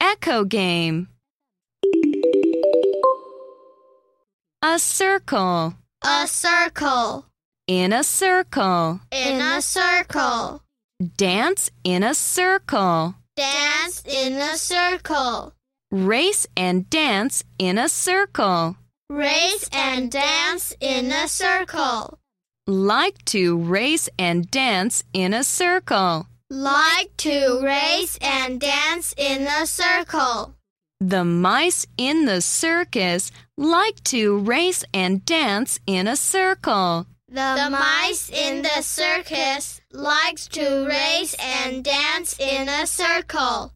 Echo game. A circle. A circle. In a circle. In a circle. Dance in a circle. Dance in a circle. Race and dance in a circle. Race and dance in a circle. Like to race and dance in a circle. Like to race and dance in a circle. The mice in the circus like to race and dance in a circle. The mice in the circus likes to race and dance in a circle.